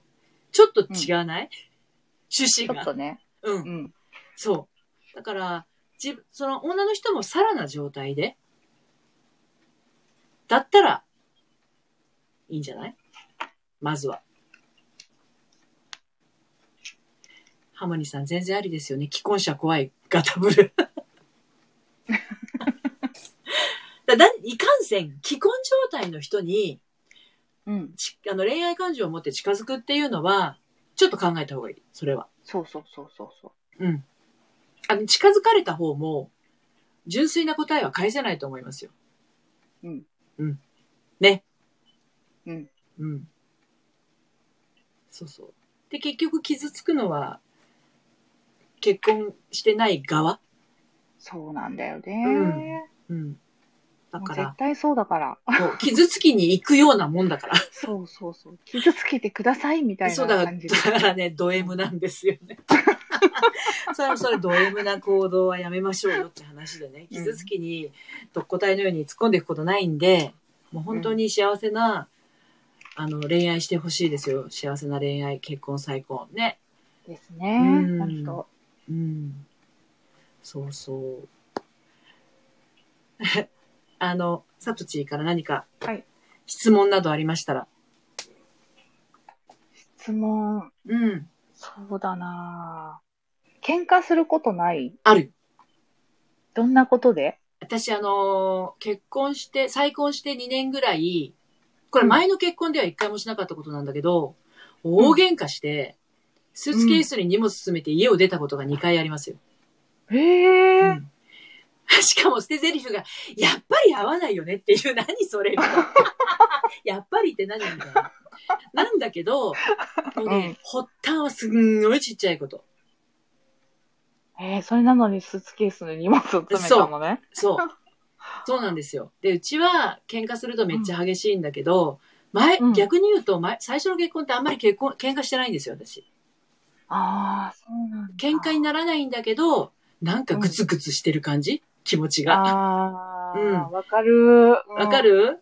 [SPEAKER 1] ちょっと違わない、趣
[SPEAKER 2] ち
[SPEAKER 1] 旨
[SPEAKER 2] ょっ
[SPEAKER 1] が。
[SPEAKER 2] とね。
[SPEAKER 1] うん
[SPEAKER 2] う。ん。
[SPEAKER 1] そう。だから、自分その女の人もさらな状態で、だったら、いいんじゃないまずは。ハモニさん全然ありですよね。既婚者怖い。ガタブル。だだいかんせん、既婚状態の人に、
[SPEAKER 2] うん。
[SPEAKER 1] ちあの恋愛感情を持って近づくっていうのは、ちょっと考えた方がいい。それは。
[SPEAKER 2] そうそうそうそうそう。
[SPEAKER 1] うん。あの、近づかれた方も、純粋な答えは返せないと思いますよ。
[SPEAKER 2] うん。
[SPEAKER 1] うん。ね。
[SPEAKER 2] うん。
[SPEAKER 1] うん。そうそう。で、結局傷つくのは、結婚してない側。
[SPEAKER 2] そうなんだよね。
[SPEAKER 1] うんうん。だ
[SPEAKER 2] もう
[SPEAKER 1] か
[SPEAKER 2] 絶
[SPEAKER 1] ら、
[SPEAKER 2] 対そうだから。
[SPEAKER 1] そう傷つきに行くようなもんだから。
[SPEAKER 2] そうそうそう。傷つけてくださいみたい
[SPEAKER 1] そ
[SPEAKER 2] な
[SPEAKER 1] うだから、
[SPEAKER 2] 感じで。
[SPEAKER 1] だからね、ド M なんですよ ね。それはそれド M な行動はやめましょうよって話でね、
[SPEAKER 2] うん
[SPEAKER 1] 傷つきに、とっこたえのように突っ込んでいくことないんで、もう本当に幸せな、あの、恋愛してほしいですよ。幸せな恋愛、結婚、再婚。ね。
[SPEAKER 2] です ね。
[SPEAKER 1] うん
[SPEAKER 2] 本当。
[SPEAKER 1] うん。そうそう。 あの、サトチーから何か
[SPEAKER 2] はい。
[SPEAKER 1] 質問などありましたら。
[SPEAKER 2] 質問、
[SPEAKER 1] うん。
[SPEAKER 2] そうだなぁ喧嘩することない
[SPEAKER 1] ある。
[SPEAKER 2] どんなことで
[SPEAKER 1] 私、あのー結婚して、再婚して2年ぐらい、これ前の結婚では1回もしなかったことなんだけど、大喧嘩して、スーツケースに荷物詰めて家を出たことが2回ありますよ。
[SPEAKER 2] え
[SPEAKER 1] う
[SPEAKER 2] ー、
[SPEAKER 1] んしかも捨て台詞が、やっぱり合わないよねっていう、何それみたい なやっぱりって何みたいな。なんだけど、もうね、発端はすんごいちっちゃいこと。
[SPEAKER 2] えー、それなのにスーツケースの荷物を詰めたのね。
[SPEAKER 1] そう。 そうなんですよ。で、うちは喧嘩するとめっちゃ激しいんだけど、前、
[SPEAKER 2] うん
[SPEAKER 1] 逆に言うと前、最初の結婚ってあんまり結婚、喧嘩してないんですよ、私。
[SPEAKER 2] ああ、そうなんだ。
[SPEAKER 1] 喧嘩にならないんだけど、なんかグツグツしてる感じ、気持ちが。
[SPEAKER 2] ああ、
[SPEAKER 1] うん
[SPEAKER 2] わかる。わ、
[SPEAKER 1] わかる、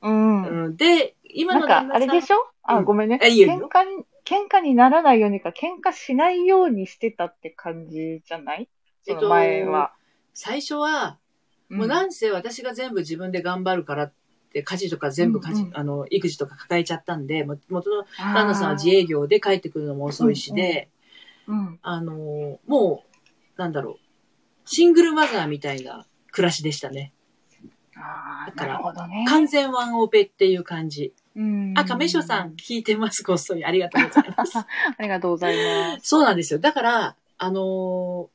[SPEAKER 2] うん。
[SPEAKER 1] うん、で、今
[SPEAKER 2] な
[SPEAKER 1] の
[SPEAKER 2] んか、あれでしょ
[SPEAKER 1] う
[SPEAKER 2] あ、
[SPEAKER 1] ん
[SPEAKER 2] ごめんね。
[SPEAKER 1] えいいよいい
[SPEAKER 2] 喧
[SPEAKER 1] よ
[SPEAKER 2] 嘩に、喧嘩にならないようにか、喧嘩しないようにしてたって感じじゃないその前は。
[SPEAKER 1] 最初は、もう
[SPEAKER 2] うん
[SPEAKER 1] なんせ私が全部自分で頑張るからって、家事とか全部家事、
[SPEAKER 2] うんうん
[SPEAKER 1] あの、育児とか抱えちゃったんで、も元の旦那さんは自。
[SPEAKER 2] あー
[SPEAKER 1] 営業で帰ってくるのも遅いしで、
[SPEAKER 2] うんうんうん。
[SPEAKER 1] あのーもう、なんだろう、シングルマザーみたいな暮らしでしたね。
[SPEAKER 2] ああ、
[SPEAKER 1] だか
[SPEAKER 2] な
[SPEAKER 1] ら
[SPEAKER 2] るほどね。
[SPEAKER 1] 完全ワンオペっていう感じ。
[SPEAKER 2] うん
[SPEAKER 1] あ、亀書さん。聞いてます、こっそり。ありがとうございます。
[SPEAKER 2] ありがとうございます。
[SPEAKER 1] そうなんですよ。だから、あのー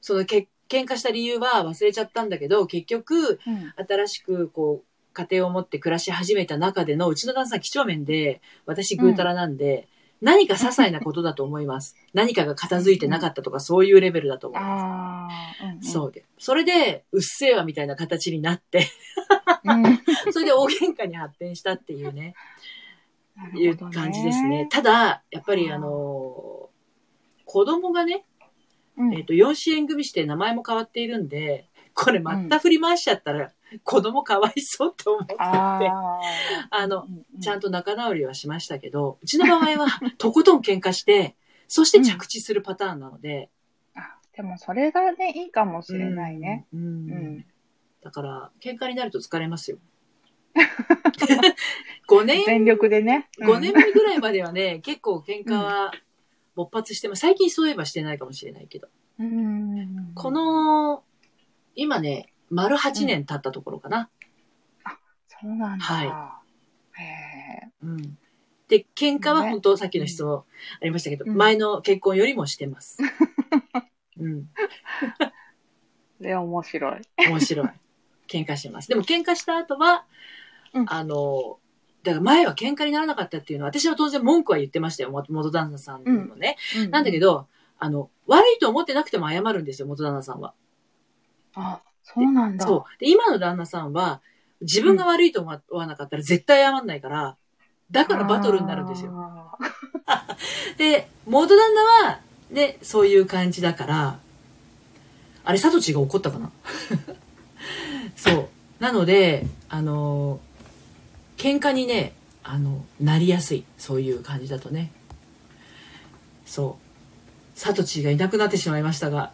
[SPEAKER 1] そのけ、喧嘩した理由は忘れちゃったんだけど、結局、
[SPEAKER 2] うん
[SPEAKER 1] 新しくこう、家庭を持って暮らし始めた中での、うちの旦那さん几帳面で、私ぐうたらなんで、何か些細なことだと思います。何かが片付いてなかったとか、そういうレベルだと思います。
[SPEAKER 2] ああ、うんうん
[SPEAKER 1] そうで。それで、うっせえわみたいな形にな って、
[SPEAKER 2] うん。なる
[SPEAKER 1] それで大喧嘩に発展したっていう ね、
[SPEAKER 2] ほどね
[SPEAKER 1] いう感じですね。。ただ、やっぱりあのー子供がね、
[SPEAKER 2] うん
[SPEAKER 1] えっ、と、養子縁組して名前も変わっているんで、これまた振り回しちゃったら、子供かわいそうと思ってて、あ
[SPEAKER 2] あ あ。
[SPEAKER 1] の、ちゃん
[SPEAKER 2] と。
[SPEAKER 1] と仲直りはしましたけど、うちの場合 は、とことん喧嘩して、そして着地するパターンなので、
[SPEAKER 2] あでも、それがね、いいかもしれないね。
[SPEAKER 1] うん。うん
[SPEAKER 2] うん
[SPEAKER 1] だから、喧嘩になると疲れ ますよ。5年、
[SPEAKER 2] 全力でね。
[SPEAKER 1] 5年目ぐらいまではね、結構喧嘩は勃発してます。最近そういえばしてないかもしれないけど。
[SPEAKER 2] うん。うん
[SPEAKER 1] こ、の、今ね、丸8年経ったところかな。
[SPEAKER 2] そうなんだ。
[SPEAKER 1] は
[SPEAKER 2] へえ。
[SPEAKER 1] うん。で、喧嘩は
[SPEAKER 2] ね
[SPEAKER 1] 本当、さっきの質問ありましたけど、
[SPEAKER 2] うん
[SPEAKER 1] 前の結婚よりもしてます。 うん。
[SPEAKER 2] それ面白い。
[SPEAKER 1] 面白い。喧嘩します。でも喧嘩した後は、
[SPEAKER 2] うん
[SPEAKER 1] あの、だから前は喧嘩にならなかったっていうのは、私は当然文句は言ってましたよ、も元旦那さんのね。なんだけ
[SPEAKER 2] ど。
[SPEAKER 1] ど、あの、悪いと思ってなくても謝るんですよ、元旦那さんは。
[SPEAKER 2] あ、そうなんだ。
[SPEAKER 1] そう。で、今の旦那さんは、自分が悪いと思わなかったら絶対謝んないから、だからバトルになるんですよ。
[SPEAKER 2] よ。
[SPEAKER 1] で、元旦那は、ね、そういう感じだから、あれ、サトチが怒ったかな そう。なので、あの、喧嘩にね、あの、なりやすい。そういう感じだとね。そう。サトチがいなくなってしまいましたが、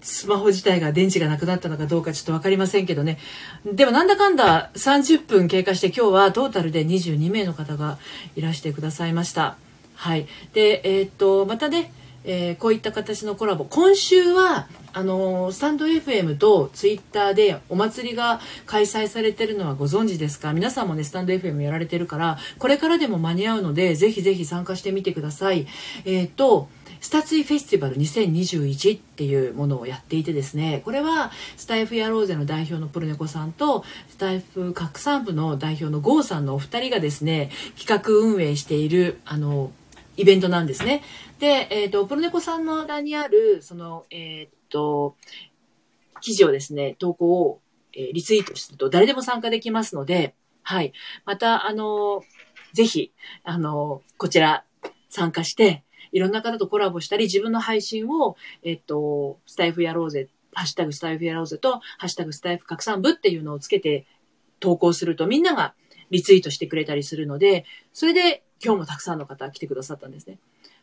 [SPEAKER 1] スマホ自体が電池がなくなったのかどうかちょっとわかりませんけどね。でもなんだかんだ30分経過して今日はトータルで22名の方がいらしてくださいました。はい。で、えーっと、またね、えーこういった形のコラボ今週はあのースタンド FM とツイッターでお祭りが開催されてるのはご存知ですか皆さんもねスタンド FM やられてるからこれからでも間に合うのでぜひぜひ参加してみてください。えっ、とスタツイフェスティバル2021っていうものをやっていてですねこれはスタイフやろうぜの代表のプルネコさんとスタイフ拡散部の代表のゴーさんのお二人がですね企画運営しているあのイベントなんですね。で、えっ、と、プロネコさんの裏にある、その、えっ、と、記事をですね、投稿を、えーリツイートすると誰でも参加できますので、はい。また、あの、ぜひ、あの、こちら参加して、いろんな方とコラボしたり、自分の配信を、えっ、と、スタイフやろうぜ、ハッシュタグスタイフやろうぜと、ハッシュタグスタイフ拡散部っていうのをつけて投稿すると、みんながリツイートしてくれたりするので、それで今日もたくさんの方来てくださったんですね。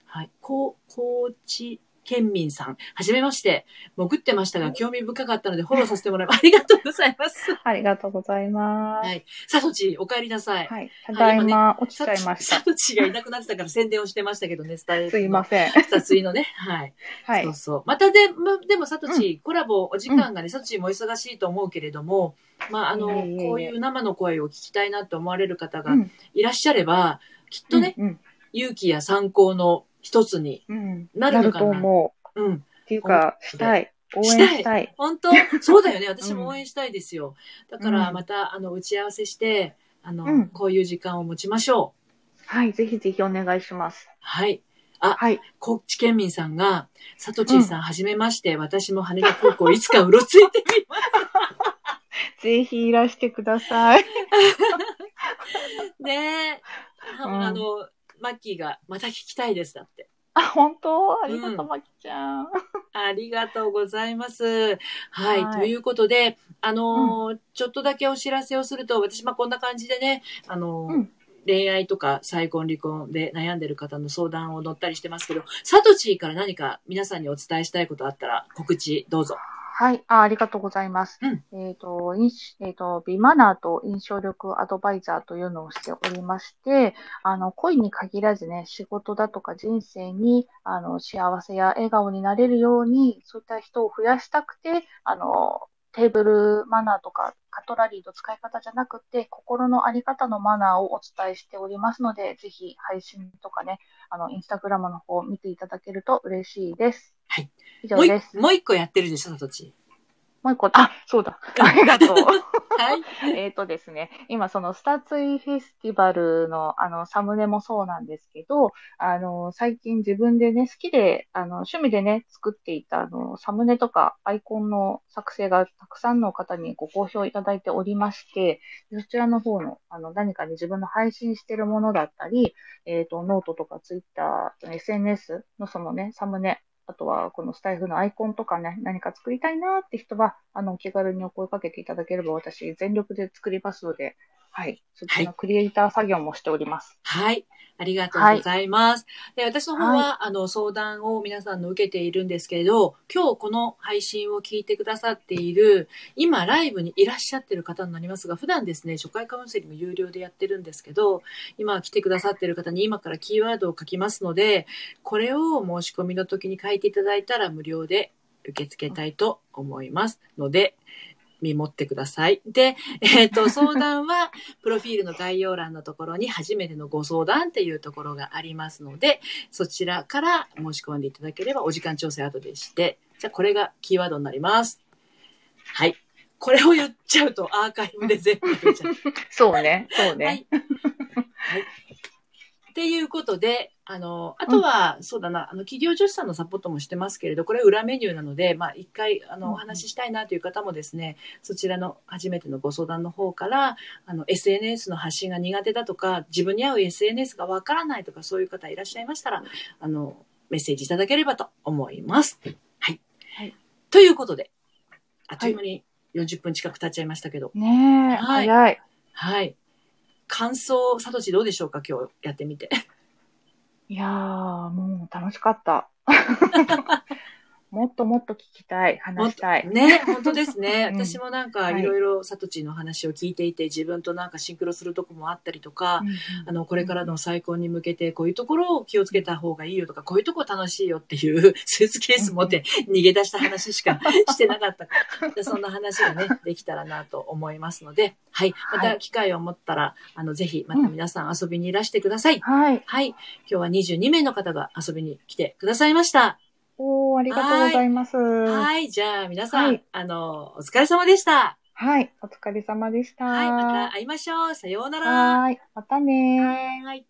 [SPEAKER 1] はい。こう、高知県民さん。はじめまして。潜ってましたが、興味深かったのでフォローさせてもらいます。 ありがとうござい ます。
[SPEAKER 2] ありがとうございます。
[SPEAKER 1] はい。さとち、お帰りなさい。
[SPEAKER 2] はい。ただいま、落ちちゃいまし
[SPEAKER 1] さとちがいなくなってたから宣伝をしてましたけどね、スタイ
[SPEAKER 2] た。
[SPEAKER 1] ル。
[SPEAKER 2] すいません。
[SPEAKER 1] せん。さついのね。 はい。
[SPEAKER 2] はい
[SPEAKER 1] そう。そう。またで、までも、さとち、コラボ、お時間がね、さとちもお忙しいと思うけれども、まあ、あの、
[SPEAKER 2] いえいえいえ
[SPEAKER 1] こういう生の声を聞きたいなと思われる方が
[SPEAKER 2] うん
[SPEAKER 1] いらっしゃれば、きっとね、
[SPEAKER 2] うん
[SPEAKER 1] 勇気や参考の一つに
[SPEAKER 2] うんうん
[SPEAKER 1] なる
[SPEAKER 2] な
[SPEAKER 1] の
[SPEAKER 2] る
[SPEAKER 1] か
[SPEAKER 2] と
[SPEAKER 1] な。
[SPEAKER 2] 思う。
[SPEAKER 1] うん。
[SPEAKER 2] っていうか、したい。応援したい。
[SPEAKER 1] 本 当そうだよね。私
[SPEAKER 2] う
[SPEAKER 1] も
[SPEAKER 2] ん
[SPEAKER 1] 応援したいですよ。だから
[SPEAKER 2] うん
[SPEAKER 1] また、あの、打ち合わせして、あの、
[SPEAKER 2] うん
[SPEAKER 1] こういう時間を持ちましょう。
[SPEAKER 2] はい。ぜひぜひお願いします。
[SPEAKER 1] はい。
[SPEAKER 2] はい。
[SPEAKER 1] 高知県民さんが、さとちーさん、はじめまして、私も羽田空港いつかうろついてみま
[SPEAKER 2] ぜひいらしてください。
[SPEAKER 1] す。ね え。あ
[SPEAKER 2] うん
[SPEAKER 1] あの、マッキーが、また聞きたいです、だって。
[SPEAKER 2] あ、本当ありがと
[SPEAKER 1] う
[SPEAKER 2] う、
[SPEAKER 1] ん
[SPEAKER 2] まきちゃん。
[SPEAKER 1] ありがとうございます。はい。
[SPEAKER 2] はい
[SPEAKER 1] ということで、あのーちょっとだけお知らせをすると、私、まあ、こんな感じでね、あのー
[SPEAKER 2] うん
[SPEAKER 1] 恋愛とか再婚、離婚で悩んでる方の相談を乗ったりしてますけど、サトチーから何か皆さんにお伝えしたいことあったら告知どうぞ。
[SPEAKER 2] はい。あ、ありがとうございます。
[SPEAKER 1] うん
[SPEAKER 2] えっ、と、飲酒えっ、と、美マナーと印象力アドバイザーというのをしておりまして、あの、恋に限らずね、仕事だとか人生に、あの、幸せや笑顔になれるように、そういった人を増やしたくて、あの、テーブルマナーとかカトラリーの使い方じゃなくて、心のあり方のマナーをお伝えしておりますので、ぜひ配信とかね、あの、インスタグラムの方を見ていただけると嬉しいです。
[SPEAKER 1] はい。
[SPEAKER 2] 以上
[SPEAKER 1] もう
[SPEAKER 2] で
[SPEAKER 1] 一
[SPEAKER 2] す。
[SPEAKER 1] もう一個やってるでしょ、サトチ
[SPEAKER 2] もう一個、あ、そうだ。 ありがとう。
[SPEAKER 1] ー。 はい。
[SPEAKER 2] えっとですね、今そのスタツイフェスティバルのあのサムネもそうなんですけど、あの、最近自分でね、好きで、あの、趣味でね、作っていたあの、サムネとかアイコンの作成がたくさんの方にご好評いただいておりまして、そちらの方の、あの、何かに自分の配信してるものだったり、えっ、と、ノートとかツイッター、SNS のそのね、サムネ、あとは、このスタイフのアイコンとかね、何か作りたいなーって人は、あの、お気軽にお声かけていただければ、私、全力で作りますので、はい。そっちのクリエイター作業もしております。
[SPEAKER 1] はい。ありがとうございます。で私の方は、あの、相談を皆さんの受けているんですけれど、今日この配信を聞いてくださっている、今ライブにいらっしゃってる方になりますが、普段ですね、初回カウンセリング有料でやってるんですけど、今来てくださってる方に今からキーワードを書きますので、これを申し込みの時に書いていただいたら無料で受け付けたいと思いますので、見守ってください。で、えっ、と、相談は、プロフィールの概要欄のところに初めてのご相談っていうところがありますので、そちらから申し込んでいただければお時間調整後でして、じゃあこれがキーワードになります。はい。これを言っちゃうとアーカイブで全部出ちゃう。
[SPEAKER 2] そうね、 そうね。
[SPEAKER 1] はい。はい。っていうことで、あの、あとは、そうだな、あの、企業女子さんのサポートもしてますけれど、これ裏メニューなので、まあ、一回、あ
[SPEAKER 2] うん
[SPEAKER 1] の、お話ししたいなという方もですね、そちらの初めてのご相談の方から、あの、SNS の発信が苦手だとか、自分に合う SNS がわからないとか、そういう方いらっしゃいましたら、あの、メッセージいただければと思います。はい。
[SPEAKER 2] はい
[SPEAKER 1] ということで、あっという間に40分近く経っちゃいましたけど、
[SPEAKER 2] ねえ、
[SPEAKER 1] はい
[SPEAKER 2] 早い。
[SPEAKER 1] はい。感想、サトチどうでしょうか今日やってみて。
[SPEAKER 2] いやー、もう楽しかった。 もっともっと聞きたい、話したい。
[SPEAKER 1] ね、本当ですね。
[SPEAKER 2] うん
[SPEAKER 1] 私もなんか
[SPEAKER 2] はい
[SPEAKER 1] いろいろサトチの話を聞いていて、自分となんかシンクロするとこもあったりとか、あの、これからの再婚に向けて、こういうところを気をつけた方がいいよとか、こういうとこ楽しいよっていう、 スーツケース持って逃げ出した話しか してなかったから、そんな話がね、できたらなと思いますので、はい。ま
[SPEAKER 2] は
[SPEAKER 1] た
[SPEAKER 2] い
[SPEAKER 1] 機会を持ったら、あの、ぜひ、また皆さん遊びにいらしてください。
[SPEAKER 2] はい。
[SPEAKER 1] はい。今日は22名の方が遊びに来てくださいました。
[SPEAKER 2] おー、ありがとうございます。は
[SPEAKER 1] はい。じゃあ、皆さん、
[SPEAKER 2] はい
[SPEAKER 1] あの、お疲れ様でした。
[SPEAKER 2] い。お疲れ様でした。
[SPEAKER 1] はい。また会いましょう。さようなら。
[SPEAKER 2] はーい。またねー。
[SPEAKER 1] はい。